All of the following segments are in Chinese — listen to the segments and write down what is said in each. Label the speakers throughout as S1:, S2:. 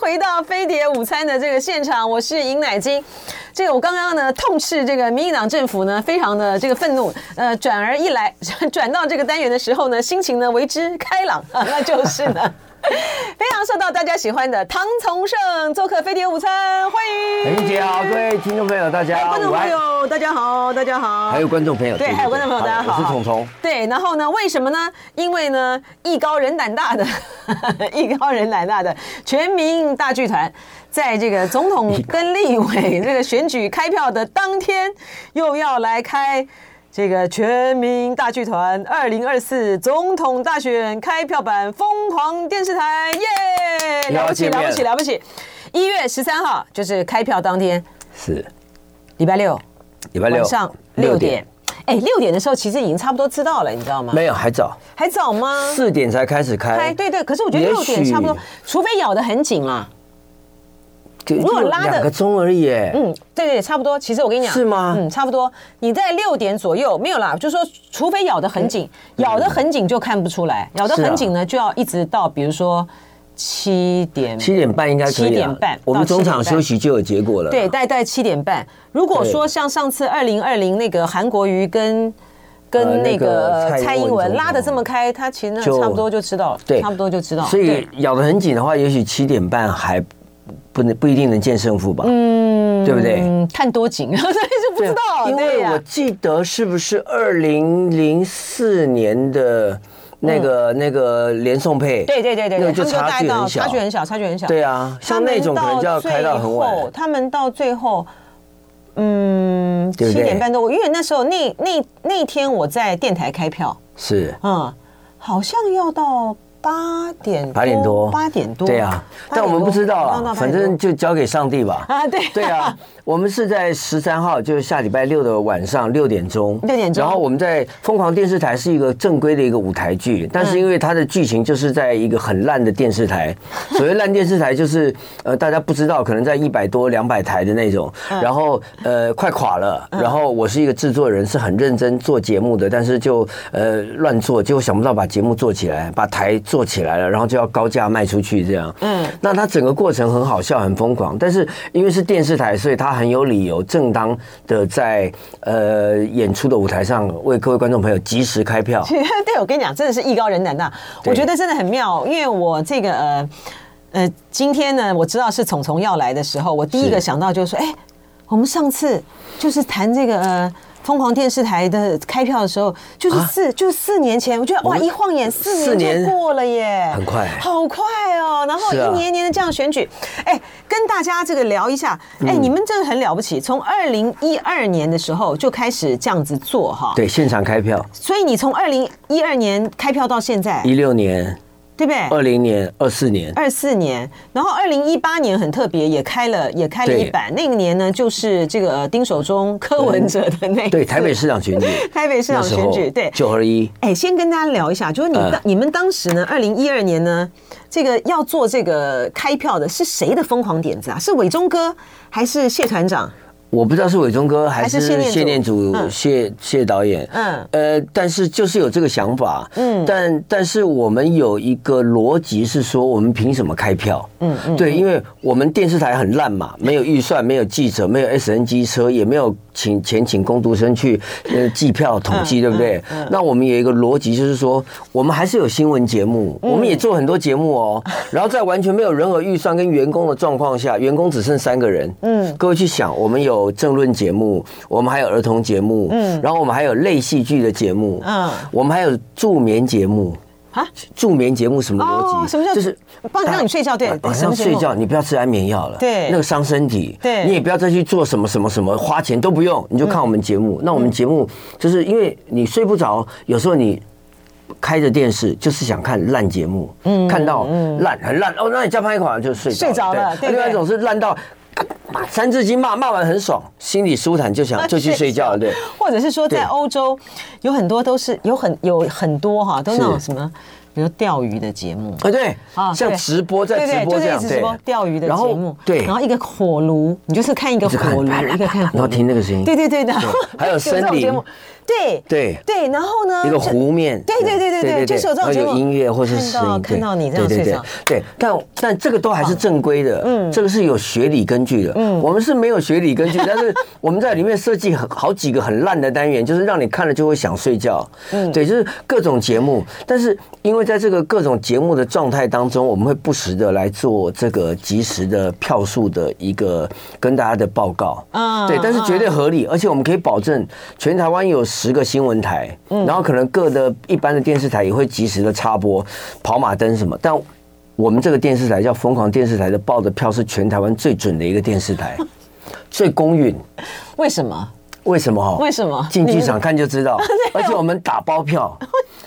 S1: 回到飞碟午餐的这个现场，我是尹乃金。这个我刚刚呢痛斥这个民进党政府呢，非常的这个愤怒。呃，转而一来 转到这个单元的时候呢，心情呢为之开朗 啊，那就是呢 非常受到大家喜欢的唐从盛做客飞碟午餐，欢迎。
S2: 哎林姐好，各位听众朋友，大家
S1: 哎观众
S2: 午
S1: 朋
S2: 安，
S1: 友，大家好，大家好。
S2: 还有观众朋友，
S1: 对，还有观众朋友，大家好。
S2: 我是虫虫。
S1: 对，然后呢？为什么呢？因为呢，艺高人胆大的， 艺高人胆大的全民大剧团，在这个总统跟立委这个选举开票的当天，又要来开。这个全民大剧团二零二四总统大选开票版疯狂电视台，耶！了不起，
S2: 又要见
S1: 了
S2: 面
S1: 不起，了不起！一月十三号就是开票当天，
S2: 是
S1: 礼拜六，
S2: 礼拜六
S1: 晚上六点。哎，六点的时候其实已经差不多知道了，你知道吗？
S2: 没有，还早，
S1: 还早吗？
S2: 四点才开始
S1: 哎，
S2: 开。
S1: 对对，可是我觉得六点差不多
S2: 也许，
S1: 除非咬得很紧啦。
S2: 就，
S1: 如果拉得
S2: 就两个钟而已，哎
S1: 嗯，对对，差不多。其实我跟你讲，
S2: 是吗
S1: 嗯，差不多。你在六点左右没有啦，就说除非咬得很紧，
S2: 嗯
S1: 咬得很紧就看不出来，咬得
S2: 啊
S1: 很紧呢就要一直到比如说七点，
S2: 七点半应该可以啊。
S1: 七点半
S2: 我们
S1: 到七点
S2: 中
S1: 半
S2: 场休息就有结果了。
S1: 对，，大概大概七点半。如果说像上次二零二零那个韩国瑜跟
S2: 呃
S1: 跟那
S2: 那个
S1: 个呃
S2: 蔡英文
S1: 蔡英文
S2: 总统
S1: 拉得这么开，他其实那
S2: 就
S1: 差不多就知道，
S2: 对
S1: 差不多就知道。
S2: 所
S1: 对
S2: 以咬得很紧的话，也许七点半还不能不一定能见胜负吧。嗯，对不对？啊
S1: 嗯，看多紧， 所以就不知道。
S2: 因
S1: 对
S2: 为
S1: 呀
S2: 我记得是不是二零零四年的那个、
S1: 嗯
S2: 那个连宋配？
S1: 对对对对
S2: 那
S1: 对，他
S2: 个就
S1: 们就
S2: 差
S1: 带
S2: 距
S1: 到
S2: 很小，
S1: 差距很小，差距很小。
S2: 对啊像那种可能就要开到很晚
S1: 他们最后他们到最后，嗯，
S2: 对
S1: 七
S2: 不对
S1: 点半多。我因为那时候那那那天我在电台开票，
S2: 是。
S1: 嗯，好像要到八点
S2: 八点多，
S1: 八点多。
S2: 对啊，
S1: 八点多
S2: 但我们不知道
S1: 好像到八
S2: 啊，反
S1: 点多
S2: 正就交给上 帝吧。
S1: 啊，对
S2: 对啊，我们是在十三号，就是下礼拜六的晚上六点钟，
S1: 6点钟
S2: 然后我们在疯狂电视台是一个正规的一个舞台剧，但是因为它的剧情就是在一个很烂的电 视台，所谓烂电视台就是呃大家不知道，可能在一百多两百台的那种，
S1: 嗯
S2: 然后呃快垮了，然后我是一个制作人，是很认真做节目的，但是就呃乱做，结果想不到把节目做起来，把台做起来了，然后就要高价卖出去这样，
S1: 嗯
S2: 嗯，那它整个过程很好笑，很疯狂，但是因为是电视台，所以它很有理由正当的在呃演出的舞台上为各位观众朋友及时开票。
S1: 对，我跟你讲，真的是艺高人胆大。
S2: 对
S1: 我觉得真的很妙，因为我这个呃呃，今天呢，我知道是虫虫要来的时候，我第一个
S2: 是
S1: 想到就是说，哎，我们上次就是谈这个呃。疯狂电视台的开票的时候，就是四、就是四年前，我觉得哇，
S2: 啊我们
S1: 一晃眼四
S2: 四
S1: 年
S2: 年
S1: 就过了耶，
S2: 很快
S1: 好快哦。然后
S2: 是啊
S1: 一年一年的这样选举，哎，跟大家这个聊一下，
S2: 嗯
S1: 哎，你们真的很了不起，从二零一二年的时候就开始这样子做哈。
S2: 对，现场开票，
S1: 所以你从二零一二年开票到现在，
S2: 一六年、
S1: 对不对？
S2: 二零年、二四年，
S1: 二四年，然后二零一八年很特别，也开了也开了
S2: 对
S1: 一版。那个年呢，就是这个呃丁守中、柯文哲的那一次
S2: 对，台北市长选举，
S1: 台 北市
S2: 那
S1: 长
S2: 时
S1: 选
S2: 候
S1: 举，对。
S2: 九合一，
S1: 哎，先跟大家聊一下，就是你当、
S2: 嗯
S1: 你们当时呢，二零一二年呢，这个要做这个开票的是谁的疯狂点子啊？是伟忠哥还是谢团长？
S2: 我不知道是伟忠哥还
S1: 是
S2: 是
S1: 谢念祖
S2: 谢念祖、
S1: 嗯
S2: 谢谢导演，
S1: 嗯
S2: 呃，但是就是有这个想法，
S1: 嗯
S2: 嗯，但但是我们有一个逻辑是说，我们凭什么开票？
S1: 嗯
S2: 嗯
S1: 嗯
S2: 嗯，对，因为我们电视台很 烂嘛，没有预算，没有记者，没有 SNG 车，也没有请前请工读生去呃计票统计，
S1: 嗯
S2: 对不对？那我们有一个逻辑就是说，我们还是有新闻节目，我们也做很多节目 哦，然后在完全没有人额预算跟员工的状况下，员工只剩三个人，嗯，各位去想，我们有政论节目，我们还有儿童节目，嗯，然后我们还有类戏剧的节目，
S1: 嗯
S2: 嗯，我们还有助眠节目。
S1: 啊，
S2: 助眠节目什么逻
S1: 哦
S2: 辑？
S1: 什么叫
S2: 就是
S1: 帮让你睡觉对
S2: 晚晚
S1: 什么节
S2: 上
S1: 目
S2: 睡觉你不要吃安眠药了，
S1: 对
S2: 那个伤身体，
S1: 对
S2: 你也不要再去做什么什么什么，花钱都不用，你就看我们节
S1: 嗯
S2: 目。那我们节目就是因为你睡不着，有时候你。开着电视就是想看烂节目，看到烂很烂哦，那你加拍一款就睡
S1: 嗯睡着了对
S2: 另外一
S1: 对
S2: 种是烂到啊骂三字经骂骂完很爽，心里舒坦 就想就去睡觉了，对。
S1: 或者是说在
S2: 对
S1: 欧洲有很多都是有很有很多哈，都那种
S2: 是
S1: 什么，比如钓鱼的节目。
S2: 啊对
S1: 啊，
S2: 像
S1: 对
S2: 直播在
S1: 对对
S2: 直播
S1: 就
S2: 这
S1: 是一
S2: 样
S1: 直直播钓鱼的
S2: 然
S1: 节
S2: 后
S1: 目，
S2: 对，
S1: 然后一个火炉，你就是看一个
S2: 一直看
S1: 火炉，
S2: 啪啦啪啦
S1: 一个看火炉，
S2: 然后听那个声音
S1: 对对对的，然后
S2: 对还有森
S1: 这种
S2: 林
S1: 节目，对
S2: 对
S1: 对，然后呢，
S2: 一个
S1: 就
S2: 湖面，
S1: 对对对对对就是有这种
S2: 然后
S1: 节目
S2: 音乐或是
S1: 看
S2: 声
S1: 到
S2: 音，
S1: 看
S2: 对
S1: 到你这样
S2: 对
S1: 睡
S2: 对对
S1: 着
S2: 对，但但这个都还是正规的，
S1: 嗯
S2: 嗯，这个是有学理根据的，嗯，我们是没有学理根据，但是我们在里面设计很好几个很烂的单元，就是让你看了就会想睡觉，嗯，对，就是各种节目，但是因为在这个各种节目的状态当中，我们会不时的来做这个及时的票数的一个跟大家的报告，
S1: 嗯
S2: 对，但是绝对合理，而且我们可以保证全台湾有十个新闻台，
S1: 嗯
S2: 然后可能各的一般的电视台也会及时的插播跑马灯什么，但我们这个电视台叫疯狂电视台的报的票是全台湾最准的一个电视 台，最公允，
S1: 为什么？
S2: 为什么哈？
S1: 为什么
S2: 进剧场看就 知道，而且我们打包票。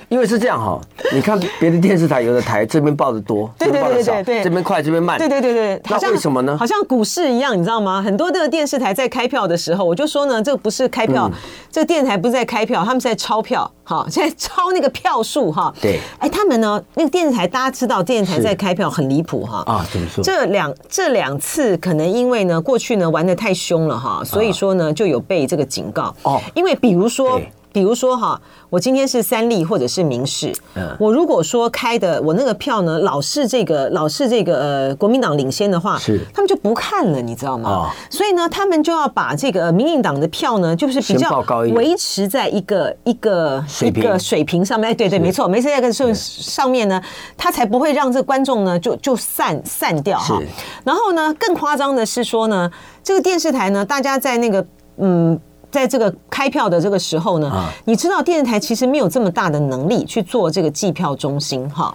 S2: 因为是这样哈，你看别的电视台，有的台这边报的多，
S1: 对
S2: 这边报的
S1: 对对
S2: 少
S1: 对，对
S2: 这边快，这边慢，
S1: 对对对对，
S2: 那
S1: 好像
S2: 为什么呢
S1: 好像股市一样，你知道吗？很多的电视台在开票的时候，我就说呢，这个不是开
S2: 嗯
S1: 票，这个电台不是在开票，他们是在钞票，哈，现在抄那个票数哈。
S2: 对
S1: 哎，他们呢，那个电视台大家知道，电视台在开票很离谱哈。
S2: 啊，怎么说？
S1: 这两这两次可能因为呢，过去呢玩的太凶了哈，所以说呢就有被这个警告。
S2: 啊哦
S1: 因为比如说
S2: 对。
S1: 比如说哈，我今天是三立或者是民视，
S2: 嗯
S1: 我如果说开的我那个票呢，老是这个老是这个呃国民党领先的话，
S2: 是
S1: 他们就不看了，你知道吗？
S2: 哦
S1: 所以呢，他们就要把这个呃民进党的票呢，就是比
S2: 先
S1: 较
S2: 报高一点
S1: 维持在一个一个
S2: 水平
S1: 一个水平上面。哎，对对，没错，没事，在这个上上面呢，他才不会让这观众呢就就散散掉哈
S2: 是。
S1: 然后呢，更夸张的是说呢，这个电视台呢，大家在那个嗯。在这个开票的这个时候呢，
S2: 啊
S1: 你知道电视台其实没有这么大的能力去做这个计票中心哈，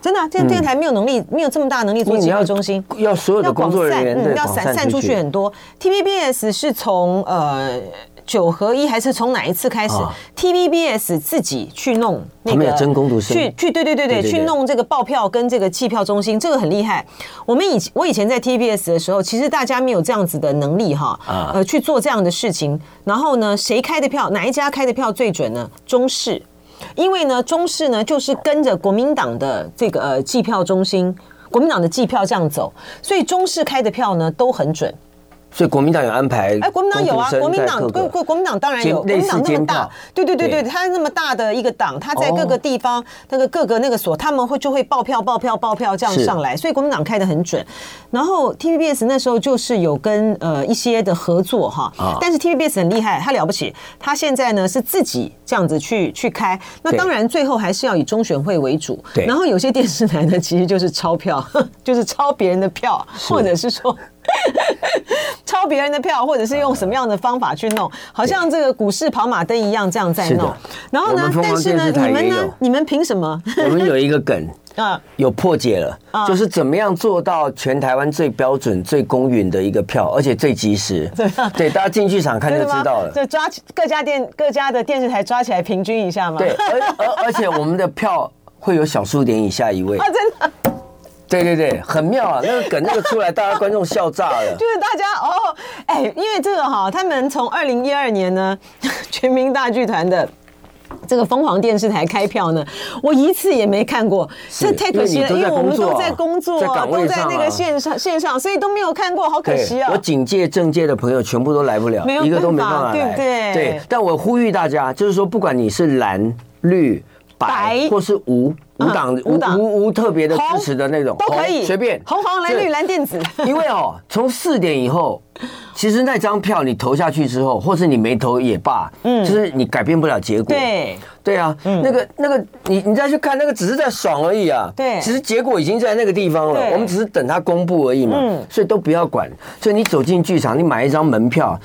S1: 真的、啊，这电视台没有能力，没有这么大能力
S2: 嗯因
S1: 做
S2: 为
S1: 计
S2: 你
S1: 票
S2: 要
S1: 中心。
S2: 要所有的
S1: 要
S2: 工
S1: 广
S2: 作人
S1: 散，嗯
S2: 员对
S1: 要
S2: 广
S1: 散散出去很多。TVBS 是从呃九合一还是从哪一次开始、
S2: 啊
S1: t v b s 自己去弄那
S2: 他们
S1: 个
S2: 有真工读生
S1: 去去对对对对
S2: 对对对
S1: 去弄这个报票跟这个计票中心，这个很厉害。我们以前我以前在 TVBS 的时候，其实大家没有这样子的能力哈，
S2: 啊
S1: 呃去做这样的事情。然后呢，谁开的票，哪一家开的票最准呢？中视。因为呢，中视呢就是跟着国民党的这个呃计票中心，国民党的计票这样走，所以中视开的票呢都很准。
S2: 所以国民党有安排，
S1: 哎，国民党有啊，国民党国
S2: 各
S1: 国国民党当然
S2: 监
S1: 有，国民党
S2: 类似
S1: 那么
S2: 监
S1: 大
S2: 票，
S1: 对对对对，
S2: 对
S1: 他那么大的一个党，他在各个
S2: 哦
S1: 地方那个各个那个所，他们会就会爆票爆票爆票这样
S2: 是
S1: 上来，所以国民党开的很准。然后 TVBS 那时候就是有跟呃一些的合作哈
S2: 啊，
S1: 但是 TVBS 很厉害，他了不起，他现在呢是自己这样子去去开，那
S2: 对
S1: 当然最后还是要以中选会为主。
S2: 对
S1: 然后有些电视台呢其实就是钞票， 就是抄别人的票，或者是说。抄别人的票，或者是用什么样的方法去弄，好像这个股市跑马灯一样这样在
S2: 哎是
S1: 弄
S2: 的。
S1: 然后
S2: 我
S1: 呢
S2: 们，疯
S1: 但
S2: 狂
S1: 是
S2: 电
S1: 呢，
S2: 视台
S1: 你们
S2: 也
S1: 呢
S2: 有？
S1: 你们凭什么？
S2: 我们有一个梗
S1: 啊，
S2: 有破解了，就是怎么样做到全台湾最标准、最公允的一个票，而且最 及时。
S1: 啊
S2: 对，大家进剧场看就
S1: 真的
S2: 知
S1: 吗
S2: 道了？。
S1: 这抓起各家电各家的电视台抓起来平均一下吗？
S2: 对，而
S1: 啊
S2: 而而且我们的票会有小数点以下一 位。
S1: 啊，真的
S2: 对对对，很妙啊！那个梗那个出来，大家观众笑炸了。
S1: 就是大家哦，哎，因为这个哈，他们从二零一二年呢， 全民大剧团的。这个疯狂电视台开票呢，我一次也没看过，这
S2: 是
S1: 太可惜了，因
S2: 因为你
S1: 为
S2: 都在
S1: 我们
S2: 工作
S1: 都在工作
S2: 啊在
S1: 啊，
S2: 岗位
S1: 都在那
S2: 上
S1: 个
S2: 啊
S1: 线上线上，所以都没有看过，好可
S2: 对
S1: 惜啊
S2: 我。警戒政界的朋友全部都来不了
S1: 没有，
S2: 一个都没
S1: 办
S2: 办
S1: 法
S2: 法来，
S1: 对不对
S2: 但我呼吁大家，就是说，不管你是蓝、绿、白
S1: 白，嗯
S2: 或是无无党
S1: 无
S2: 无
S1: 党
S2: 无无特别的支持的那种，
S1: 都可以，
S2: 红随便
S1: 红黄蓝绿
S2: 对
S1: 蓝靛紫，
S2: 因为哦，从四点以后，其实那张票你投下去之后，或是你没投也罢，嗯，就是你改变不了结果。
S1: 对，
S2: 对啊，
S1: 嗯
S2: 那个那个，你你再去看那个，只是在爽而已啊。
S1: 对
S2: 其实结果已经在那个地方了
S1: 对，
S2: 我们只是等它公布而已嘛。
S1: 嗯
S2: 所以都不要管。所以你走进剧场，你买一张门票。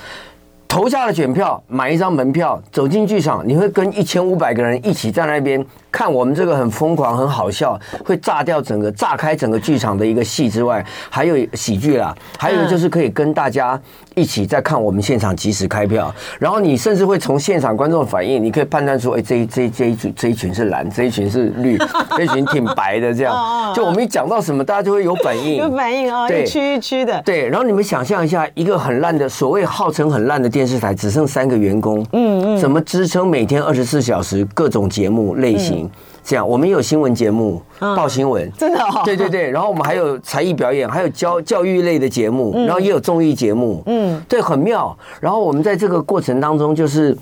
S2: 投下了选票，买一张门票，走进剧场，你会跟一千五百个人一起在那边看我们这个很疯狂、很好笑，会炸掉整个、炸开整个剧场的一个戏之外，还有喜剧啦，还有就是可以跟大家一起在看我们现场即时开票，然后你甚至会从现场观众的反应，你可以判断出，哎、这一这一这一组这一群是蓝，这一群是绿，这一群挺白的，这
S1: 哦哦哦
S2: 样，就我们一讲到什么，大家就会有反 应，
S1: 有反应啊，
S2: 对
S1: 一区一区的，
S2: 对，然后你们想象一下，一个很烂的所谓号称很烂的电视台，只剩三个员工，嗯嗯，怎么支撑每天二十四小时各种节目类型？这样，我们也有新闻节目，报新闻，
S1: 真的哦，
S2: 对对对，然后我们还有才艺表演，还有教教育类的节目，然后嗯也有综艺节目，嗯，对，很妙。然后我们在这个过程当中，就是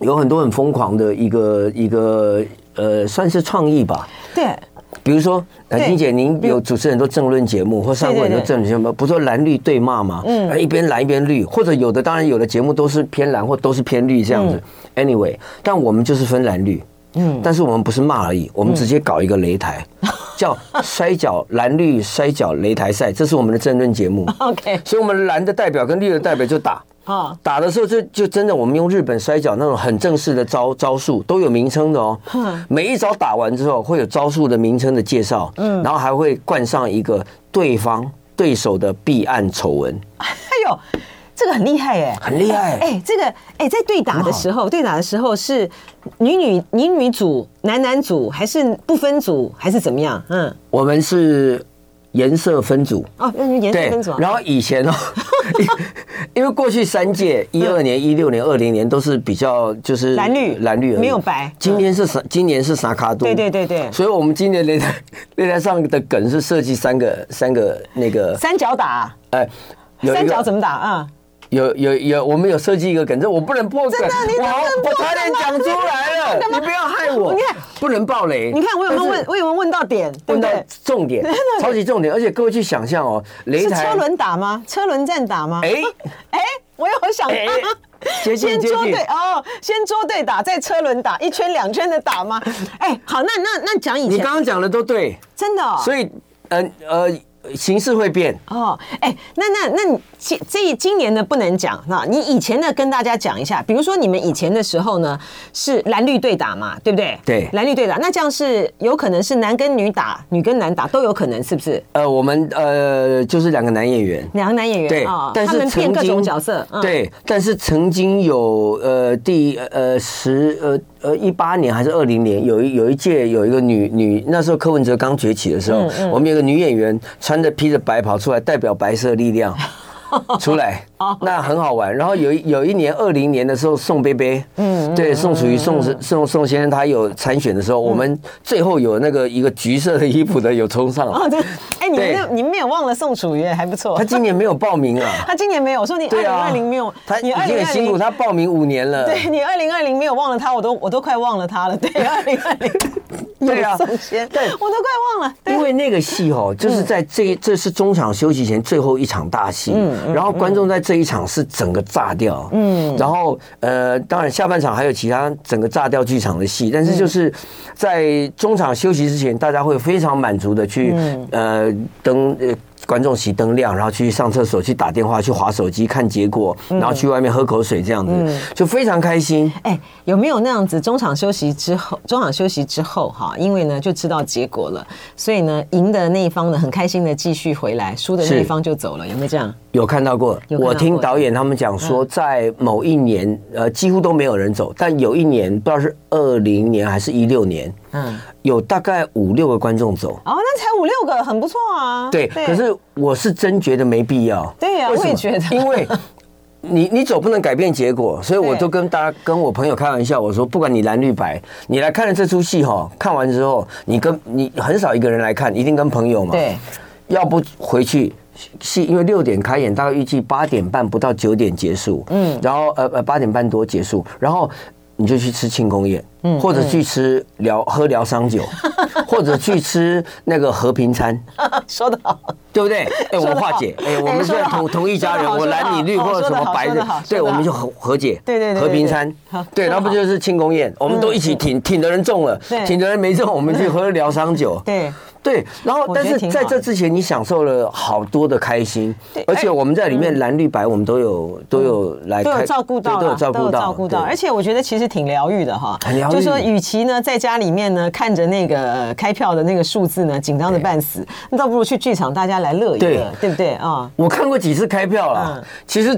S2: 有很多很疯狂的一个一个呃，算是创意吧。
S1: 对，
S2: 比如说，呃
S1: 对
S2: 金姐，您有主持很多政论节目，或上过很
S1: 对
S2: 多
S1: 对
S2: 政论节目，不是说蓝绿对骂嘛？嗯，一边蓝一边绿，或者有的当然有的节目都是偏蓝或都是偏绿这样子。Anyway，但
S1: 嗯
S2: 我们就是分蓝绿，嗯，但是我们不是骂
S1: 嗯
S2: 而已，我们直接搞一个擂 台，叫摔跤蓝绿摔跤擂台赛，这是我们的政论节目。
S1: OK
S2: 所以我们蓝的代表跟绿的代表就打。
S1: 啊，
S2: 打的时候就就真的，我们用日本摔跤那种很正式的招招数都有名称的哦。每一招打完之后会有招数的名称的介绍，嗯，然后还会冠上一个对方对手的弊案丑闻，
S1: 哎呦，这个很厉害耶！
S2: 很厉害。
S1: 哎，这个哎，在对打的时候，对打的时候是女女女女组、男男组，还是不分组，还是怎么样？嗯，
S2: 我们是颜色分组，
S1: 哦，那就颜色
S2: 对
S1: 分组啊。，
S2: 然后以 前哦，因为过去三届一二年、一六年、二零年都是比较就是
S1: 嗯蓝绿
S2: 蓝绿而已
S1: 没有白嗯
S2: 今天是啥？今年是啥卡度？
S1: 对对对对
S2: 所以我们今年擂台 擂台上的梗是设计三个三个那个
S1: 三角打，
S2: 哎。有一
S1: 三角
S2: 个
S1: 怎么打啊？
S2: 有有有，我们有设计一个梗，这我不能破梗，
S1: 真的你
S2: 我
S1: 能不能
S2: 我
S1: 破
S2: 差点
S1: 梗啊
S2: 讲出来了，
S1: 你干嘛
S2: 你不要害我，
S1: 你看
S2: 不能爆雷，
S1: 你看我有没有
S2: 但是
S1: 问？我有没有问到点？对
S2: 问
S1: 不
S2: 到
S1: 对？
S2: 重点，超级重点，而且各位去想象哦，擂
S1: 是
S2: 台
S1: 车轮打吗？车轮战打吗？
S2: 哎
S1: 哎，我有想
S2: 哎
S1: 到。
S2: 接近
S1: 先
S2: 接
S1: 桌
S2: 近
S1: 对，哦，先桌对打，再车轮打，一圈两圈的打吗？哎，好，那那那讲以
S2: 你
S1: 前
S2: 刚刚讲的都对，
S1: 真的哦，
S2: 所以呃呃，形式会变。
S1: 哦，哎，那那那你这这今年的不能讲，那你以前的跟大家讲一下，比如说你们以前的时候呢是蓝绿对打嘛，对不对？
S2: 对
S1: 蓝绿对打，那这样是有可能是男跟女打，女跟男打都有可能，是不是？
S2: 呃，我们呃就是两个男演员，
S1: 两男演员
S2: 对
S1: 哦，
S2: 但
S1: 他
S2: 是
S1: 们变
S2: 曾
S1: 各种
S2: 经
S1: 角色，嗯，
S2: 对，但是曾经有呃第呃十呃呃一八年还是二零年，有一有一届有一个女女，那时候柯文哲刚崛起的时候，
S1: 嗯
S2: 我们有个女演员穿着披着白袍出来，代表白色 力量。出来，
S1: 哦
S2: 那很好玩。然后有一有一年二零年的时候，宋贝贝，嗯，对，宋楚瑜、宋宋宋先生他有参选的时候，
S1: 嗯
S2: 我们最后有那个一个橘色的衣服的有冲上
S1: 哦
S2: 来，
S1: 对，哎，你们
S2: 对
S1: 那你们也忘了宋楚瑜，还不错
S2: 他。今年没有报名啊。
S1: 他今年没有，我说你二
S2: 对
S1: 零
S2: 啊，
S1: 二零没有，
S2: 他已
S1: 你
S2: 经
S1: 二
S2: 很
S1: 零二
S2: 辛苦，
S1: 零，
S2: 他报名五年了。
S1: 对你二零二零没有忘了他，我都我都快忘了他了。 对，二零二零，
S2: 对啊
S1: 宋先，
S2: 对
S1: 我都快忘了。对嗯
S2: 因为那个戏哦，就是在这这是中场休息前最后一场大戏，
S1: 嗯
S2: 然后观众在这一场是整个炸掉，嗯，然后呃，当然下半场还有其他整个炸掉剧场的戏，但是
S1: 嗯
S2: 就是在中场休息之前，大家会非常满足的去
S1: 嗯
S2: 呃登呃。观众席灯亮，然后去上厕所，去打电话，去划手机看结果，
S1: 嗯
S2: 然后去外面喝口水，这样子、就非常开心。
S1: 哎，有没有那样子中场休息之后，中场休息之后哈，因为呢就知道结果了，所以呢赢的那一方呢很开心的继续回来，输的那一
S2: 是
S1: 方就走了，有没有这样？
S2: 有看到过，
S1: 有看到过嗯
S2: 我听导演他们讲说，在某一年，呃，几乎都没有人走，但有一年不知道是二零年还是一六年，
S1: 嗯，
S2: 有大概五六个观众走。
S1: 哦，那才五六个，很不错啊。
S2: 对，可是我是真觉得没必要。
S1: 对呀
S2: 为什么
S1: 我也觉得
S2: 因为你你走不能改变结果，所以我
S1: 对
S2: 都跟大家跟我朋友开玩笑，我说不管你蓝绿白，你来看了这出戏哈，看完之后，你跟你很少一个人来看，一定跟朋友嘛。
S1: 对，
S2: 要不回去。戏因为六点开演，大概预计八点半不到九点结束，嗯，然后呃呃八点半多结束，然后你就去吃庆功宴，嗯，或者去吃疗喝疗 伤酒，或者去吃那个和平餐，
S1: 说的好，
S2: 对不对？哎，我们化解，
S1: 哎
S2: 哎，我们
S1: 说得
S2: 是
S1: 好
S2: 同同一家人，
S1: 说得好
S2: 我蓝你绿
S1: 说得好
S2: 或者什么白
S1: 说得
S2: 的
S1: 好说得好，
S2: 对，我们就和和解，
S1: 对对对对
S2: 和平餐
S1: 好，嗯
S2: 对，然后不就是庆功宴，我们都一起挺挺的人中了
S1: 对，
S2: 挺的人没中，我们去喝疗伤酒，
S1: 对。
S2: 对，然后
S1: 我
S2: 但
S1: 觉得
S2: 是
S1: 挺
S2: 在
S1: 好
S2: 这
S1: 的
S2: 之前，你享受了好多的开心
S1: 对，哎嗯
S2: 而且我们在里面蓝绿白，我们都有都有来
S1: 都有
S2: 哎开
S1: 照顾到啦，
S2: 对都有照顾到，
S1: 照顾到，
S2: 对
S1: 而且我觉得其实挺疗愈的哈。
S2: 很疗愈
S1: 就说，与其呢在家里面呢看着那个呃开票的那个数字呢紧张的半死，那倒不如去剧场大家来乐一乐
S2: 对，
S1: 对不对啊？
S2: 我看过几次开票啦
S1: 嗯，
S2: 其实。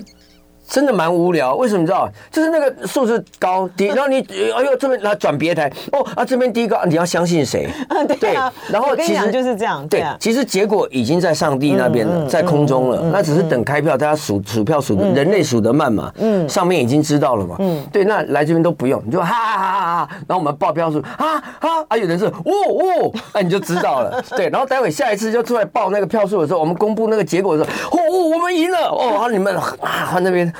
S2: 真的蛮无聊，为什么你知道？就是那个数字高 低，然后你哎呦这边然后转别台哦啊这边低高，你要相信谁？
S1: 对啊
S2: 然
S1: 我
S2: 后
S1: 跟你
S2: 其
S1: 讲
S2: 实
S1: 就是这样对
S2: 对
S1: 啊，嗯
S2: 其实结果已经在上帝那边了，在空中了，那只是等开票，大家数数票数的，人类数得慢嘛，嗯，上面已经知道了嘛，嗯，对，那来这边都不用，你就哈哈哈哈哈，然后我们报票数哈哈啊，有人是哦哦，那你就知 道了，对，然后待会下一次就出来报那个票数的时候，我们公布那个结果的时候，哦哦，我们赢了，哦，然后你们啊换那边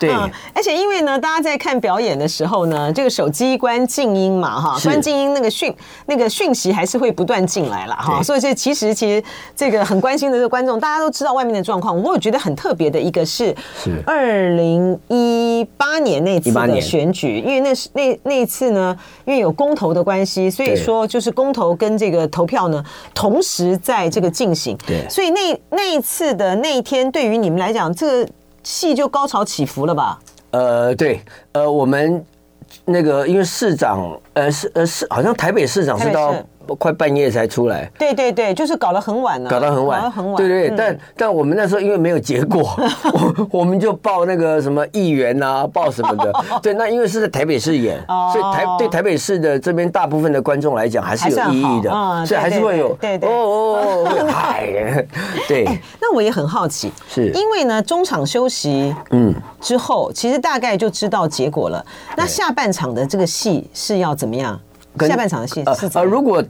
S2: 对，
S1: 嗯，而且因为呢，大家在看表演的时候呢，这个手机关静音嘛，哈，
S2: 是
S1: 关静音那个讯那个讯息还是会不断进来了哈，
S2: 对
S1: 所以这其实其实这个很关心的这个观众，大家都知道外面的状况。我有觉得很特别的一个是，
S2: 是
S1: 二零一八年那次的
S2: 18年
S1: 选举，因为那是那那一次呢，因为有公投的关系，所以
S2: 对
S1: 说就是公投跟这个投票呢同时在这个进行，
S2: 对
S1: 所以那那一次的那一天，对于你们来讲，这个戏就高潮起伏了吧？
S2: 呃，对，呃，我们那个因为市长，呃，市呃市，好像台北市长
S1: 台
S2: 是
S1: 北
S2: 到
S1: 市
S2: 快半夜才出来，
S1: 对对对，就是搞了很晚了，
S2: 搞到很晚，
S1: 搞到很晚，
S2: 对对对，
S1: 嗯
S2: 但但我们那时候因为没有结果， 我我们就报那个什么议员啊，报什么 的。对，那因为是在台北市演，
S1: 哦
S2: 所以台对台北市的这边大部分的观众来讲还是
S1: 还是
S2: 有
S1: 很
S2: 意
S1: 好
S2: 义的，
S1: 嗯
S2: 所以
S1: 对
S2: 还是
S1: 对
S2: 会有
S1: 对对对
S2: 哦哦哦，会 嗨，对，
S1: 那我也很好奇，
S2: 是
S1: 因为呢，中场休息嗯之后，其实大概就知道结果了。那下半场的这个戏是要怎么样？
S2: 跟
S1: 下半场的戏
S2: 呃
S1: 是怎
S2: 呃，
S1: 么样？嗯
S2: 如果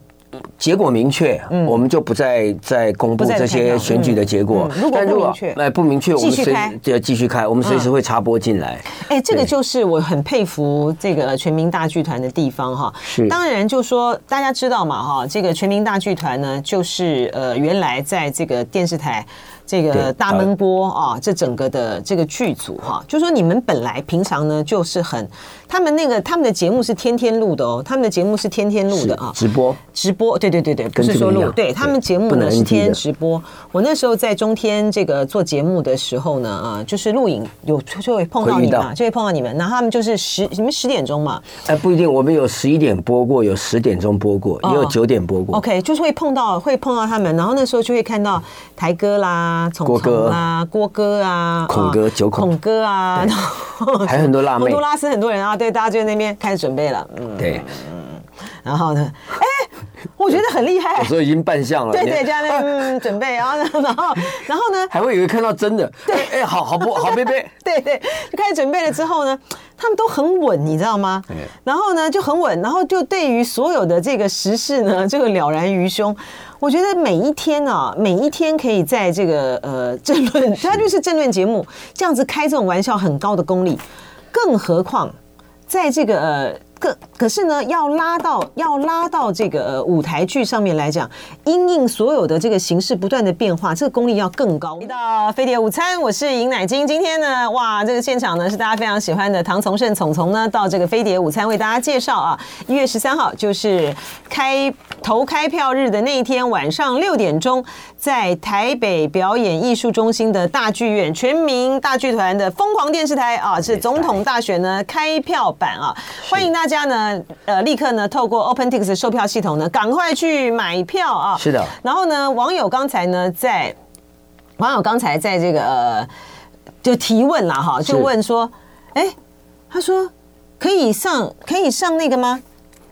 S2: 结果明确，我们就不再再公布
S1: 不再
S2: 这
S1: 看
S2: 些
S1: 到
S2: 选举的结果
S1: 嗯嗯如。果不明确
S2: 哎不明确，我们
S1: 继续
S2: 随
S1: 开嗯
S2: 呃继续开，我们随时会插播进来。
S1: 哎，这个
S2: 对
S1: 就是我很佩服这个全民大剧团的地方哈。
S2: 是
S1: 当然就说大家知道嘛哈，这个全民大剧团呢，就是呃原来在这个电视台这个
S2: 对
S1: 大闷锅啊，这整个的这个剧组哈，就说你们本来平常呢就是很，他们那个他们的节目是天天录的哦，他们的节目是天天录
S2: 是
S1: 的啊，
S2: 直播
S1: 直播，对对对对，不是
S2: 这个
S1: 说
S2: 一
S1: 录，
S2: 样
S1: 对
S2: 对
S1: 他们节目
S2: 不
S1: 呢
S2: 能
S1: 是
S2: NG
S1: 天
S2: 的
S1: 直播。我那时候在中天这个做节目的时候呢，啊，就是录影有就就会碰到
S2: 会遇
S1: 你嘛，
S2: 到
S1: 就会碰到你们，然后他们就是十你们十点钟嘛
S2: 哎，不一定，我们有十一点播过，有十点钟播过，也有
S1: 哦
S2: 九点播过。
S1: ，OK，就是会碰到会碰到他们，然后那时候就会看到台哥啦、虫
S2: 郭
S1: 虫
S2: 哥
S1: 啦、郭哥啊、
S2: 孔
S1: 啊
S2: 哥九孔
S1: 孔哥啊，然后
S2: 还有很多辣妹
S1: 洪都拉斯很多人啊，对，大家就在那边开始准备了，嗯，
S2: 对，
S1: 然后呢，哎，我觉得很厉害
S2: 有。时候已经扮相了。
S1: 对
S2: 你
S1: 对，就在那边、嗯、准备，然后呢，然后然后呢，
S2: 还会以为看到真的。哎哎，好好播，好贝贝。
S1: 对对，就开始准备了之后呢，他们都很稳，你知道吗
S2: 对？
S1: 然后呢就很稳，然后就对于所有的这个时事呢，这个了然于胸。我觉得每一天啊，每一天可以在这个呃政论，它就是政论节目这样子开这种玩笑，很高的功力。更何况，在这个呃。可可是呢，要拉到要拉到这个、呃、舞台剧上面来讲，因应所有的这个形式不断的变化，这个功力要更高。回到飞碟午餐，我是尹乃菁。今天呢，哇，这个现场呢是大家非常喜欢的唐从胜从从呢到这个飞碟午餐为大家介绍啊，一月十三号就是开投开票日的那一天晚上六点钟，在台北表演艺术中心的大剧院全民大剧团的疯狂电视台啊，是总统大选呢开票版啊，欢迎大家呢呃立刻呢透过 OpenTix 的售票系统呢赶快去买票啊。
S2: 是的
S1: 然后呢，网友刚才呢在网友刚才在这个呃就提问了哈，就问说，哎，他说可以上可以上那个吗？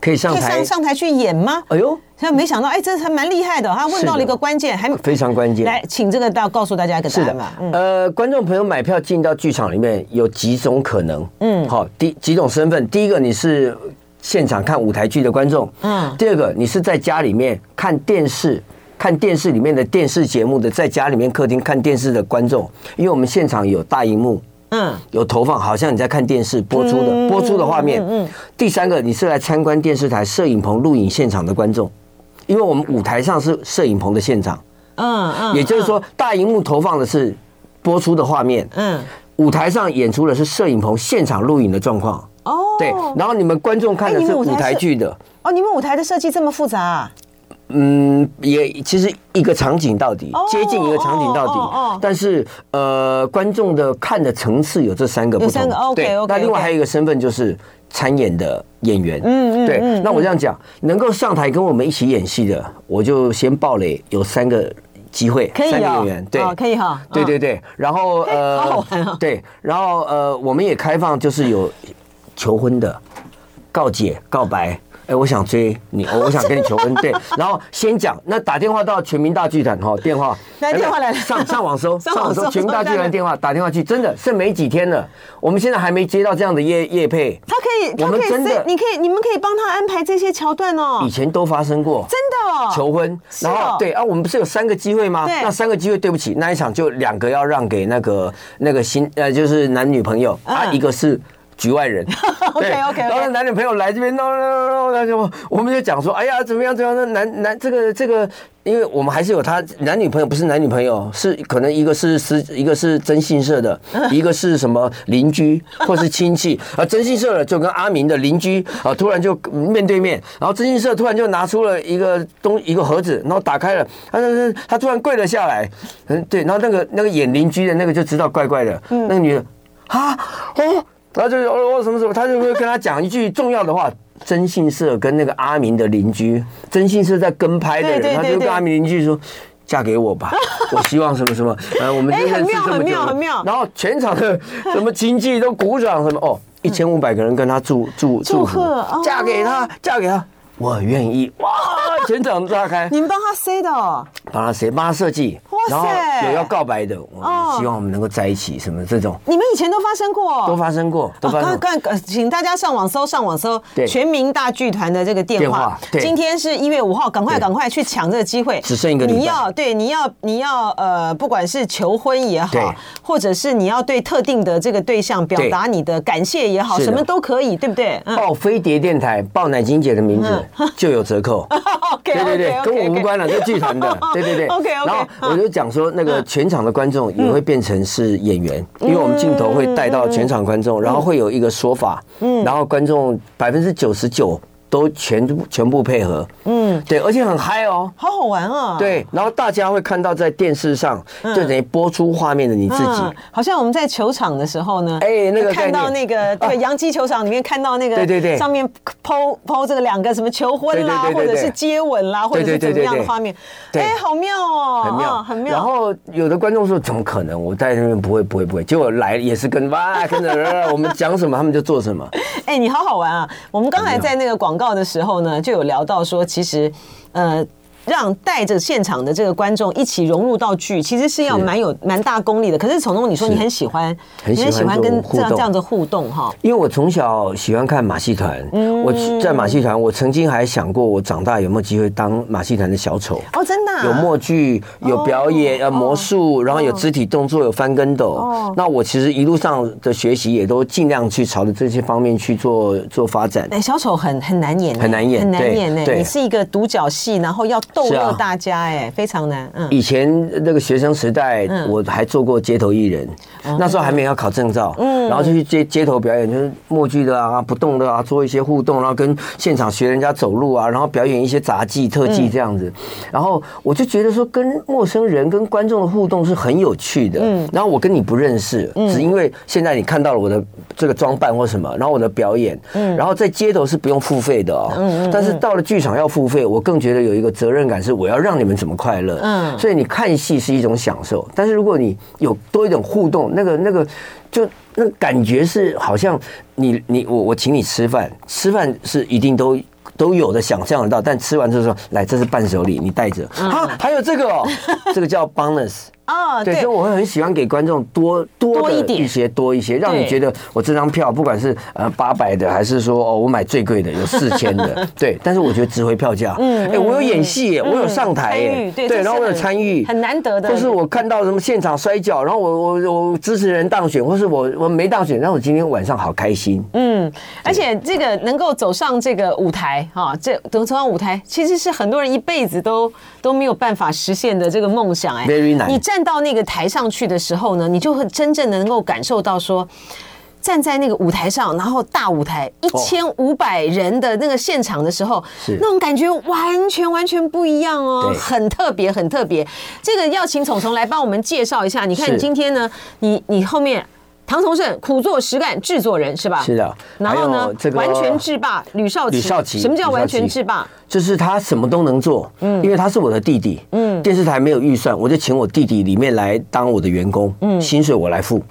S2: 可以上
S1: 可以
S2: 台
S1: 上。上台去演吗？
S2: 哎呦，
S1: 他没想到，哎，这还蛮厉害的哦，他问到了一个关键，还
S2: 非常关键。
S1: 来，嗯请这个到告诉大家一个答
S2: 是
S1: 案
S2: 的
S1: 吧。，
S2: 呃，观众朋友买票进到剧场里面有几种可能，嗯，好，第几种身份？第一个你是现场看舞台剧的观众，
S1: 嗯
S2: 嗯，第二个你是在家里面看电视。看电视里面的电视节目的，在家里面客厅看电视的观众，因为我们现场有大荧幕，
S1: 嗯，
S2: 有投放，好像你在看电视播出的播出的画
S1: 嗯
S2: 面。第三个，你是来参观电视台摄影棚录影现场的观众，因为我们舞台上是摄影棚的现场，
S1: 嗯嗯，
S2: 也就是说，大荧幕投放的是播出的画面，
S1: 嗯，
S2: 舞台上演出的是摄影棚现场录影的状况。
S1: 哦，
S2: 对，然后你们观众看
S1: 哎
S2: 的
S1: 你们
S2: 是
S1: 舞
S2: 舞
S1: 台
S2: 台
S1: 是
S2: 剧的，
S1: 哦，你们舞台的设计这么复杂啊？
S2: 嗯，也其实一个场景到底
S1: 哦
S2: 接近一个场景到
S1: 哦哦哦
S2: 底，但是呃，观众的看的层次有这三个不
S1: 有三
S2: 同
S1: 个。，OK，
S2: 对，
S1: OK，
S2: 那另
S1: OK
S2: 外还有一个身份就是参演的演员。
S1: 嗯嗯
S2: 嗯嗯，对
S1: 嗯。
S2: 那我这样讲，能够上台跟我们一起演戏的，我就先爆雷，有三个机会，
S1: 可以
S2: 三个
S1: 哦
S2: 演员，对，
S1: 哦可以哈
S2: 对
S1: 嗯
S2: 对对。然 后呃，
S1: 好好玩哦
S2: 对，然后呃，我们也开放，就是有求婚的。告解、告白，哎、我想追 你，哦我想跟你求婚，对。然后先讲，那打电话到全民大剧团哈，电话，
S1: 来
S2: 哎
S1: 电话来了
S2: 上上网搜，
S1: 上
S2: 上
S1: 网
S2: 网
S1: 搜
S2: 搜全民大剧
S1: 上网搜
S2: 团电话，打电话去，真的剩没几天了，我们现在还没接到这样的业 业配，
S1: 他可以，他
S2: 我们
S1: 可以
S2: 真
S1: 设，
S2: 的
S1: 你可以，你们可以帮他安排这些桥段哦
S2: 以。前都发生过，
S1: 真的
S2: 求婚，
S1: 哦是
S2: 然
S1: 哦
S2: 后对啊，我们不是有三个机会吗？
S1: 对
S2: 那三个机会，对不起，那一场就两个要让给那个那个新呃，就是男女朋友啊，
S1: 嗯
S2: 一个是。局 外人
S1: OK，OK，OK
S2: 然后那男女朋友来这边，no no no，那就我们就讲说，哎呀，怎么样怎么样？那男男这个这个，因为我们还是有他男女朋友，不是男女朋友，是可能一个是私，一个是征信社的，一个是什么邻居或是亲戚啊。征信社的就跟阿明的邻居啊，突然就面对面，然后征信社突然就拿出了一个东一个盒子，然后打开了，他他他突然跪了下来，嗯，对，然后那个那个演邻居的那个就知道怪怪的，那个女的啊哦。然后就是哦哦什么什么，他就会跟他讲一句重要的话。征信社跟那个阿明的邻居，征信社在跟拍的人，
S1: 对对对
S2: 他就
S1: 对
S2: 跟阿明邻居说：“嫁给 我吧，我希望什么什么。”呃，我们
S1: 哎
S2: 就认
S1: 很
S2: 识
S1: 妙
S2: 这
S1: 很
S2: 么久了，
S1: 妙很妙嗯
S2: 然后全场的什么亲戚都鼓掌，什么哦，一千五百个人跟他祝
S1: 祝
S2: 祝祝
S1: 贺
S2: 福
S1: 哦，
S2: 嫁给他，嫁给他，我愿意。 哇，全场炸开。
S1: 你们帮他塞的哦，
S2: 帮他谁帮他设计
S1: 哇，
S2: 然后
S1: 塞
S2: 有要告白的，我
S1: 哦
S2: 们希望我们能够在一起，什么这种
S1: 你们以前都发生过哦，
S2: 都发生过，都发生
S1: 刚
S2: 过。
S1: 刚刚呃请大家上网搜上网搜
S2: 对
S1: 全民大剧团的这个电
S2: 电
S1: 话
S2: 话。对
S1: 今天是一月五号，赶快
S2: 对
S1: 赶快去抢这个机会，
S2: 只剩一个礼拜
S1: 你要对你要你要呃，不管是求婚也
S2: 对
S1: 好，或者是你要对特定的这个对象表
S2: 对
S1: 达你的感谢也好，
S2: 是
S1: 什
S2: 的
S1: 么都可以，对不对？ 嗯
S2: 报飞碟电台，报奶金姐的名字就有 折扣。
S1: ，OK，
S2: 对对对，跟我无关了，这剧团的 对对对。
S1: OK
S2: 然后
S1: OK，
S2: 我就讲说，那
S1: 嗯
S2: 个全场的观众也会变成是演员，因为我们镜头会带到全场观
S1: 嗯
S2: 众，然后会有一个说法，然后观众百分之九十九都全部全部配合，嗯，对，而且很嗨哦。
S1: 好好玩啊！。
S2: 对，然后大家会看到在电视上，就等于播出画面的你自己，
S1: 嗯，好像我们在球场的时候呢，
S2: 哎那个
S1: 看到那
S2: 概念
S1: 个对洋基球场里面看到那个，
S2: 对对对
S1: 上面抛抛这个两个什么求婚啦，
S2: 对对对对
S1: 或
S2: 对
S1: 者是接吻啊啦，或者是
S2: 对
S1: 怎
S2: 对对对
S1: 么样的
S2: 对
S1: 画面，
S2: 对
S1: 哎，好妙哦，
S2: 很妙、
S1: 啊很妙。
S2: 然后有的观众说：“怎么可能？我在那边不会，不会，不会。”结果来也是跟哇， 跟着我们讲什么，他们就做什么。
S1: 哎、你好好玩啊！我们刚才在那个广告的时候呢，就有聊到说，其实，呃。让带着现场的这个观众一起融入到剧，其实是要
S2: 是
S1: 蛮有蛮大功力的。可是从中你说你
S2: 是
S1: 很喜欢，
S2: 很
S1: 你
S2: 喜
S1: 很
S2: 欢
S1: 喜欢
S2: 这
S1: 跟
S2: 种互
S1: 这样
S2: 动
S1: 这样的互动哈。
S2: 因为我从小喜欢看马戏团，
S1: 嗯
S2: 我在马戏团，我曾经还想过，我长大有没有机会当马戏团的小丑。
S1: 哦，真的啊、
S2: 有默剧，有表演，
S1: 哦
S2: 呃，魔术，然后有肢体动作，有翻跟
S1: 哦
S2: 斗。那我其实一路上的学习也都尽量去朝着这些方面去做做发展。
S1: 哎，小丑很很难演欸，
S2: 很难演
S1: 很难
S2: 对
S1: 演呢。
S2: 对
S1: 你是一个独角戏，然后要逗
S2: 是啊
S1: 乐大家，哎，非常难。嗯，
S2: 以前那个学生时代，我还做过街头艺人，
S1: 哦
S2: 那时候还没有要考证照，
S1: 嗯
S2: 然后就去街街头表演，就是默剧的啊、不动的啊，做一些互动，然后跟现场学人家走路啊，然后表演一些杂技、特技
S1: 嗯
S2: 这样子。然后我就觉得说，跟陌生人、跟观众的互动是很有趣的。
S1: 嗯
S2: 然后我跟你不认识，只因为现在你看到了我的这个装扮或什么，然后我的表演，
S1: 嗯
S2: 然后在街头是不用付费的哦，但是到了剧场要付费，我更觉得有一个责任感，是我要让你们怎么快乐。
S1: 嗯
S2: 所以你看戏是一种享受，但是如果你有多一种互动，那个那个就那个感觉是好像你你我我请你吃饭，吃饭是一定都。都有的想象得到，但吃完之后说，来，这是伴手礼，你带着啊，还有这个哦，这个叫 bonus，
S1: 哦，
S2: 对，
S1: 对
S2: 所以，我会很喜欢给观众多多
S1: 多
S2: 的
S1: 一点
S2: 一些多一些，让你
S1: 对
S2: 觉得我这张票不管是呃八百的，还是说哦我买最贵的有四 千的，对，但是我觉得值回票价。嗯，哎，我有演戏耶，我有上台
S1: 嗯参与
S2: 耶，
S1: 对这是
S2: 然后我有
S1: 很
S2: 参与，
S1: 很难得的
S2: 或是我看到什么现场摔跤，然后我我我支持人当选，或是我我没当选，让我今天晚上好开心。
S1: 嗯，而且这个能够走上这个舞台哈，这走上舞台其实是很多人一辈子都都没有办法实现的这个梦想，哎
S2: Very 难
S1: 你站到那个台上去的时候呢，你就会真正能够感受到说。站在那个舞台上，然后大舞台一千五百人的那个现场的时候，
S2: 是
S1: 那种感觉完全完全不一样哦，
S2: 对
S1: 很特别，很特别。这个要请虫虫来帮我们介绍一下。你看
S2: 是
S1: 今天呢，你你后面唐崇盛苦做实干制作人是吧？
S2: 是的
S1: 然后
S2: 还
S1: 呢
S2: 有，这个
S1: 完全制霸吕少奇。
S2: 吕少奇
S1: 什么叫完全
S2: 吕少奇
S1: 制霸？
S2: 就是他什么都能做，嗯，因为他是我的弟弟，嗯，电视台没有预算，我就请我弟弟里面来当我的员工，嗯，薪水我来付，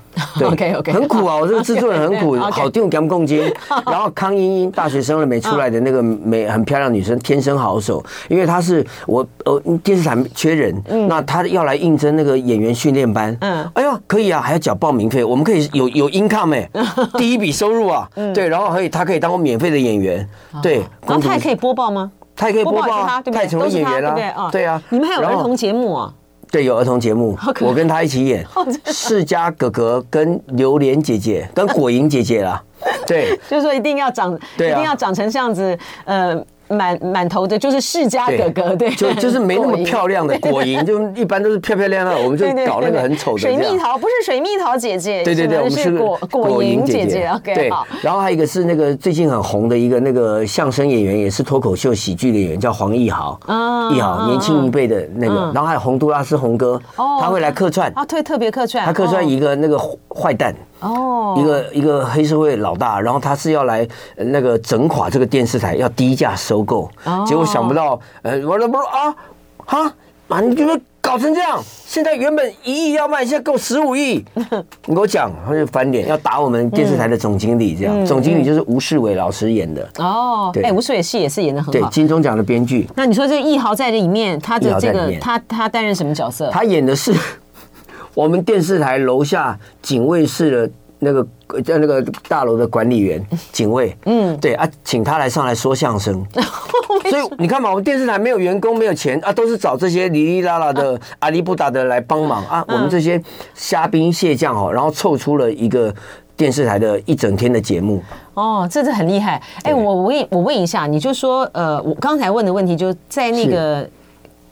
S1: OK，OK
S2: 很苦啊，我这个制作人很苦，
S1: OK
S2: 好定敢共金，然后康英英大学生了没出来的那个美很漂亮女生，天生好手，因为她是我呃电视台缺人，那她要来应征那个演员训练班，
S1: 嗯
S2: 嗯，哎呀可以啊，还要缴报名费，我们可以有有 income 哎，第一笔收入啊，对，然后可以她可以当我免费的演员，对，
S1: 然后
S2: 公主
S1: 他也可以播报吗？
S2: 他也可以播
S1: 播报也
S2: 报
S1: 是
S2: 啊
S1: 他，对不对？
S2: 也成为
S1: 都是
S2: 演
S1: 他
S2: 员
S1: 对不对
S2: 啊，
S1: 啊？
S2: 对啊。
S1: 你们还有
S2: 然
S1: 儿
S2: 后
S1: 童节目啊？
S2: 对，有儿童节目
S1: 好，可爱
S2: 我跟他一起演
S1: 哦真的，
S2: 世家哥哥跟榴莲姐姐跟果蝇姐 姐啦，对
S1: 就是说一定要长，
S2: 对
S1: 一
S2: 啊
S1: 定要长成这样子，呃，满满头的就是世家哥哥，对，
S2: 就就是没那么
S1: 果蝇
S2: 漂亮的果蝇，就一般都是漂漂亮亮，我们 就
S1: 对对对
S2: 搞那个
S1: 对
S2: 很丑的这
S1: 水蜜
S2: 样。
S1: 桃不是水蜜桃姐姐，
S2: 对对对，我们是
S1: 是
S2: 个
S1: 果果蝇姐姐。OK，
S2: 对
S1: 好，，
S2: 然后还有一个是那个最近很红的一个那个相声演员，也是脱口秀喜剧的演员，叫黄义豪。
S1: 啊
S2: 义豪年轻一辈的那个
S1: 嗯，
S2: 然后还有洪都拉斯洪哥，
S1: 哦
S2: 他会来客串，
S1: 啊，对，特别客串，
S2: 他客串
S1: 哦
S2: 一个那个坏蛋。
S1: 哦
S2: 一个一个黑社会老大，然后他是要来呃那个整垮这个电视台，要低价收购，
S1: 哦
S2: 结果想不到，呃，我说不是啊，哈啊，你怎么搞成这样？现在原本一亿要卖，现在给我十 五亿，你给我讲，他就翻脸要打我们电视台的总经理，这
S1: 嗯
S2: 样，总经理就是吴世伟老师演的，
S1: 哦，
S2: 对
S1: 哎，吴素也戏也是演的很
S2: 对，
S1: 好。
S2: 金钟奖的编剧，
S1: 那你说这个易豪在这里面，他
S2: 易
S1: 的
S2: 豪
S1: 这
S2: 在里
S1: 个
S2: 面
S1: 他他担任什么角色？
S2: 他演的是我们电视台楼下警卫室的那个呃那个大楼的管理员警卫，嗯，对啊，请他来上来说相声。所以你看 嘛，我们电视台没有员工，没有钱啊，都是找这些哩哩啦啦的、阿里不达的来帮忙啊。我们这些虾兵蟹将哦，然后凑出了一个电视台的一整天的节目。
S1: 哦，这是很厉害。哎，
S2: 对
S1: 我我问我问一下，你就说呃，我刚才问的问题就在那个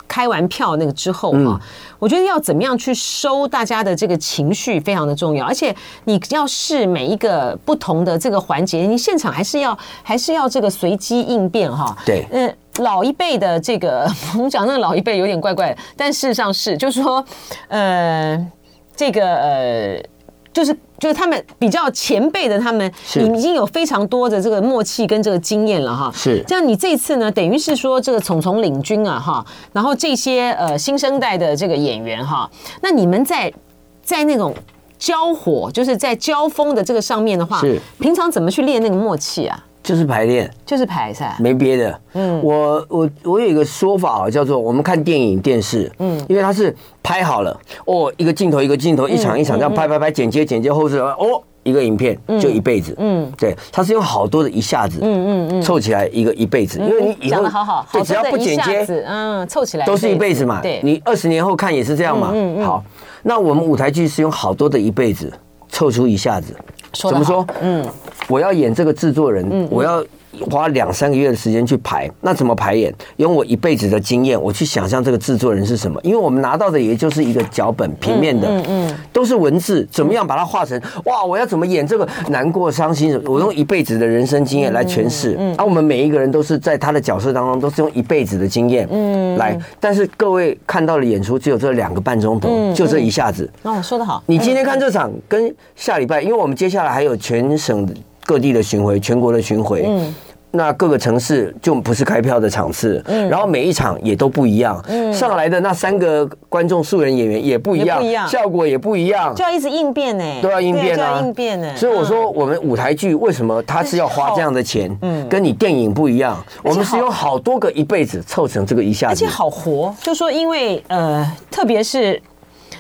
S1: 开完票那个之后
S2: 嗯
S1: 啊，我觉得要怎么样去收大家的这个情绪非常的重要，而且你要是每一个不同的这个环节，你现场还是要还是要这个随机应变哈、
S2: 对
S1: 嗯，老一辈的这个， 我们讲那个老一辈有点怪怪的，但事实上是，就是说，呃，这个呃，就是就是他们比较前辈的，他们
S2: 是
S1: 已经有非常多的这个默契跟这个经验了哈。
S2: 是
S1: 这样你这次呢，等于是说这个虫虫领军啊哈，然后这些呃新生代的这个演员哈，那你们在在那种。交火就是在交锋的这个上面的话，
S2: 是
S1: 平常怎么去练那个默契啊？
S2: 就是排练，
S1: 就是排赛。啊
S2: 没别的。嗯，我我我有一个说法哦，叫做我们看电影电视，嗯，因为它是拍好了哦，一个镜头一个
S1: 嗯
S2: 镜头，一场一场这样拍拍拍，剪接剪接，后置哦。一个影片就一辈子，嗯，对，它是用好多的一下子，嗯嗯嗯，凑起来一个一辈子，因为你以
S1: 嗯讲
S2: 后
S1: 的好好，
S2: 对，
S1: 好
S2: 只要
S1: 多
S2: 不
S1: 的一
S2: 剪
S1: 下
S2: 接，
S1: 子，嗯，凑起来
S2: 都是一辈子嘛。
S1: 对，嗯
S2: 你二十年后看也是这样嘛。好，那我们舞台剧是用好多的一辈子凑出一下子。
S1: 说
S2: 怎
S1: 得
S2: 么
S1: 好
S2: 说？嗯，我要演这个制作人，我要花两三个月的时间去排。那怎么排演？用我一辈子的经验，我去想象这个制作人是什么。因为我们拿到的也就是一个脚本，平面的，嗯，都是文字，怎么样把它化成哇？我要怎么演这个难过、伤心什么？我用一辈子的人生经验来诠释。啊，我们每一个人都是在他的角色当中，都是用一辈子的经验，嗯，来。但是各位看到的演出只有这两个半钟头，就这一下子，
S1: 哦，说得好，
S2: 你今天看这场，跟下礼拜，因为我们接下来还有全省各地的巡回、全国的巡回，嗯，那各个城市就不是开票的场次，嗯，然后每一场也都不一样，嗯，上来的那三个观众、素人演员也不一
S1: 也
S2: 样，
S1: 不一样
S2: 效果也不一样
S1: 就，要一直应变呢，
S2: 都要应变
S1: 对就
S2: 啊，
S1: 要应变呢。嗯
S2: 所以我说，我们舞台剧为什么它是要花这样的钱，嗯，跟你电影不一样，我们是有好多个一辈子凑成这个一下
S1: 而且
S2: 子，
S1: 好活，就说因为呃，特别是。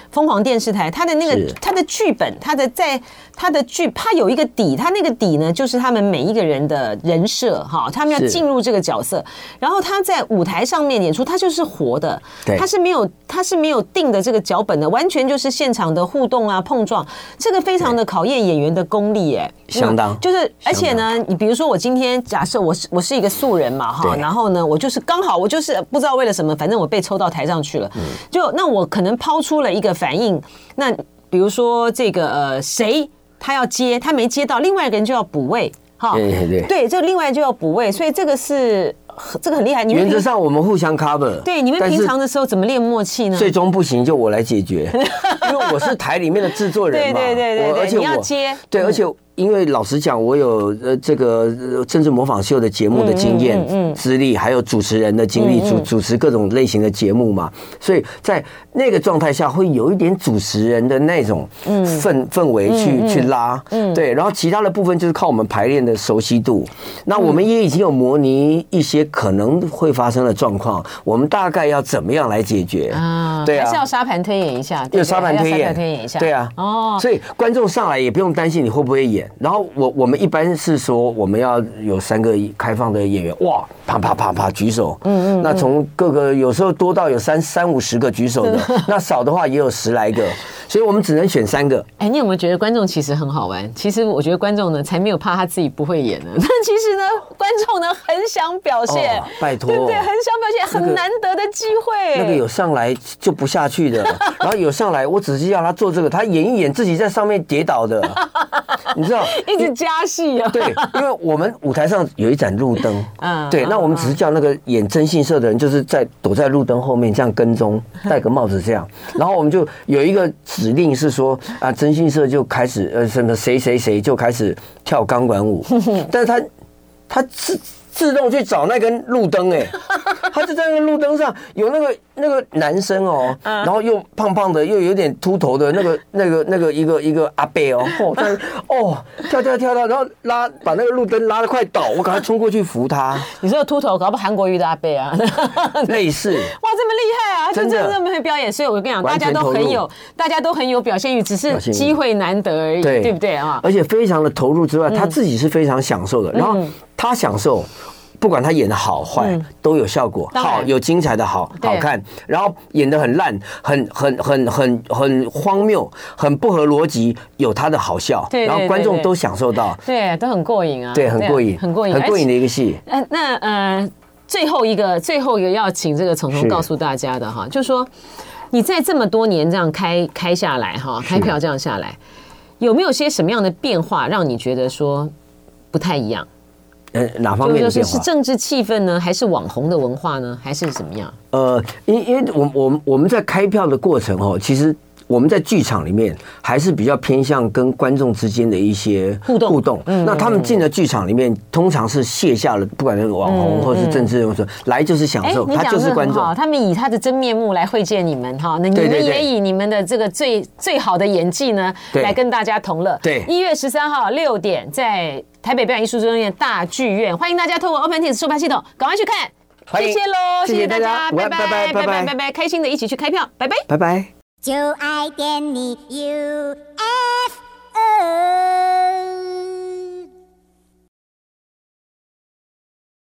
S1: 疯狂电视台，它的那个
S2: 是
S1: 它的剧本，它的在它的剧，它有一个底，它那个底呢，就是他们每一个人的人设哈，他们要
S2: 是
S1: 进入这个角色，然后他在舞台上面演出，他就是活的，
S2: 对
S1: 他是没有他是没有定的这个脚本的，完全就是现场的互动啊碰撞，这个非常的考验演员的功力哎，
S2: 相当
S1: 嗯就是而且呢，你比如说我今天假设我是我是一个素人嘛哈，
S2: 对
S1: 然后呢，我就是刚好我就是不知道为了什么，反正我被抽到台上去
S2: 嗯
S1: 了，就那我可能抛出了一个反应，那比如说这个呃谁他要接，他没接到，另外一个人就要补位哈，
S2: 对对对
S1: 对，就另外就要补位，所以这个是这个很厉害，你们
S2: 原则
S1: 平
S2: 上我们互相 cover，
S1: 对你们
S2: 但
S1: 平
S2: 是
S1: 常的时候怎么练默契呢？
S2: 最终不行就我来 解决，因为我是台里面的制作人嘛，
S1: 对对对对
S2: 我
S1: 对
S2: 而且
S1: 你要
S2: 我
S1: 接
S2: 对，
S1: 嗯
S2: 而且因为老实讲，我有呃这个呃政治模仿秀的节目的经验、
S1: 嗯
S2: 资历，还有主持人的经历，主主持各种类型的节目嘛，所以在那个状态下会有一点主持人的那种
S1: 嗯
S2: 氛氛围去去拉，对，然后其他的部分就是靠我们排练的熟悉度。那我们也已经有模拟一些可能会发生的状况，我们大概要怎么样来解决？
S1: 啊，
S2: 对啊
S1: 还是要沙盘推演一下，对不对
S2: 又沙盘
S1: 还要
S2: 推演，
S1: 推演一下，
S2: 对啊，
S1: 哦，
S2: 所以观众上来也不用担心你会不会演，演。然后我我们一般是说我们要有三个开放的演员，哇，啪啪啪啪举手。嗯嗯。那从各个有时候多到有三三五十个举手的，那少的话也有十来个，所以我们只能选三个。
S1: 哎，你有没有觉得观众其实很好玩？其实我觉得观众呢，才没有怕他自己不会演呢。 但其实呢，观众呢很想表现
S2: 哦，拜托
S1: 对不对？很想表现，
S2: 那个
S1: 很难得的机
S2: 那个
S1: 会。
S2: 有上来就不下去的，然后有上来，我只是要他做这个，他演一演自己在上面跌倒的，你知道？
S1: 一直加戏啊，
S2: 对，因为我们舞台上有一盏路灯，
S1: 嗯
S2: 对，那我们只是叫那个演征信社的人，就是在躲在路灯后面这样跟踪，戴个帽子这样，然后我们就有一个指令是说啊，征信社就开始呃什么谁谁谁就开始跳钢管舞，但是他他自自动去找那根路灯，哎，他就在那个路灯上有那个那个男生哦，然后又胖胖的，又有点秃头的那个那个那个一个一个阿伯哦，哦，在哦跳跳跳跳，然后拉把那个路灯拉的快倒，我赶快冲过去扶他，
S1: 你说秃头，搞不好韩国瑜的阿贝啊。
S2: 类似。
S1: 哇，这么厉害啊！就
S2: 真的
S1: 真的这么会表演，所以我跟你讲，大
S2: 完
S1: 家
S2: 全
S1: 都
S2: 投入
S1: 很有，大家都很有表现欲，只是
S2: 表现欲
S1: 机会难得而已，
S2: 对呃
S1: 对不对啊？
S2: 而且非常的投入之
S1: 嗯
S2: 外，他自己是非常享受的。然后他享受，不管他演的好坏，都有效果，
S1: 嗯当然
S2: 好有精彩的好
S1: 对
S2: 好看，然后演的很烂、很很很很很荒谬、很不合逻辑，有他的好笑，
S1: 对对
S2: 然后观众都享受到，
S1: 对，都很过瘾啊，
S2: 对，很过瘾，
S1: 很过瘾，
S2: 很过瘾
S1: 而且
S2: 的一个戏。
S1: 呃，那呃，最后一个，最后一个要请这个虫虫
S2: 是
S1: 告诉大家的哈，就说你在这么多年这样开开下来哈，开票这样下来，有没有些什么样的变化让你觉得说不太一样？
S2: 呃，哪方
S1: 就是
S2: 面
S1: 说
S2: 的
S1: 是
S2: 变
S1: 是
S2: 化？
S1: 政治气氛呢，还是网红的文化呢，还是怎么样？
S2: 呃，因因为我我们我们在开票的过程哦，其实我们在剧场里面还是比较偏向跟观众之间的一些
S1: 互动嗯
S2: 互动。那他们进了剧场里面，通常是卸下了不管是网红或是政治人物，来就是享
S1: 嗯哎，
S2: 受，
S1: 你
S2: 他
S1: 讲
S2: 就
S1: 的
S2: 是观
S1: 很
S2: 众
S1: 好，。他们以他的真面目来会见你们哈，那你
S2: 对
S1: 们
S2: 对
S1: 也
S2: 对
S1: 以你们的这个最最好的演技呢，
S2: 对
S1: 来跟大家同乐。
S2: 对
S1: 一月十三号六点在台北表演艺术中心的大剧院，欢迎大家透过 OpenTix 售票系统赶快去看，
S2: 欢
S1: 谢
S2: 迎
S1: 谢喽，
S2: 谢
S1: 谢谢
S2: 谢
S1: 大
S2: 大
S1: 家，
S2: 家
S1: 拜
S2: 晚
S1: 拜
S2: 安拜拜
S1: 拜
S2: 拜
S1: 拜
S2: 拜
S1: 拜拜，开心的一起去开票，拜拜。
S2: 拜拜。
S3: 就爱点你 U。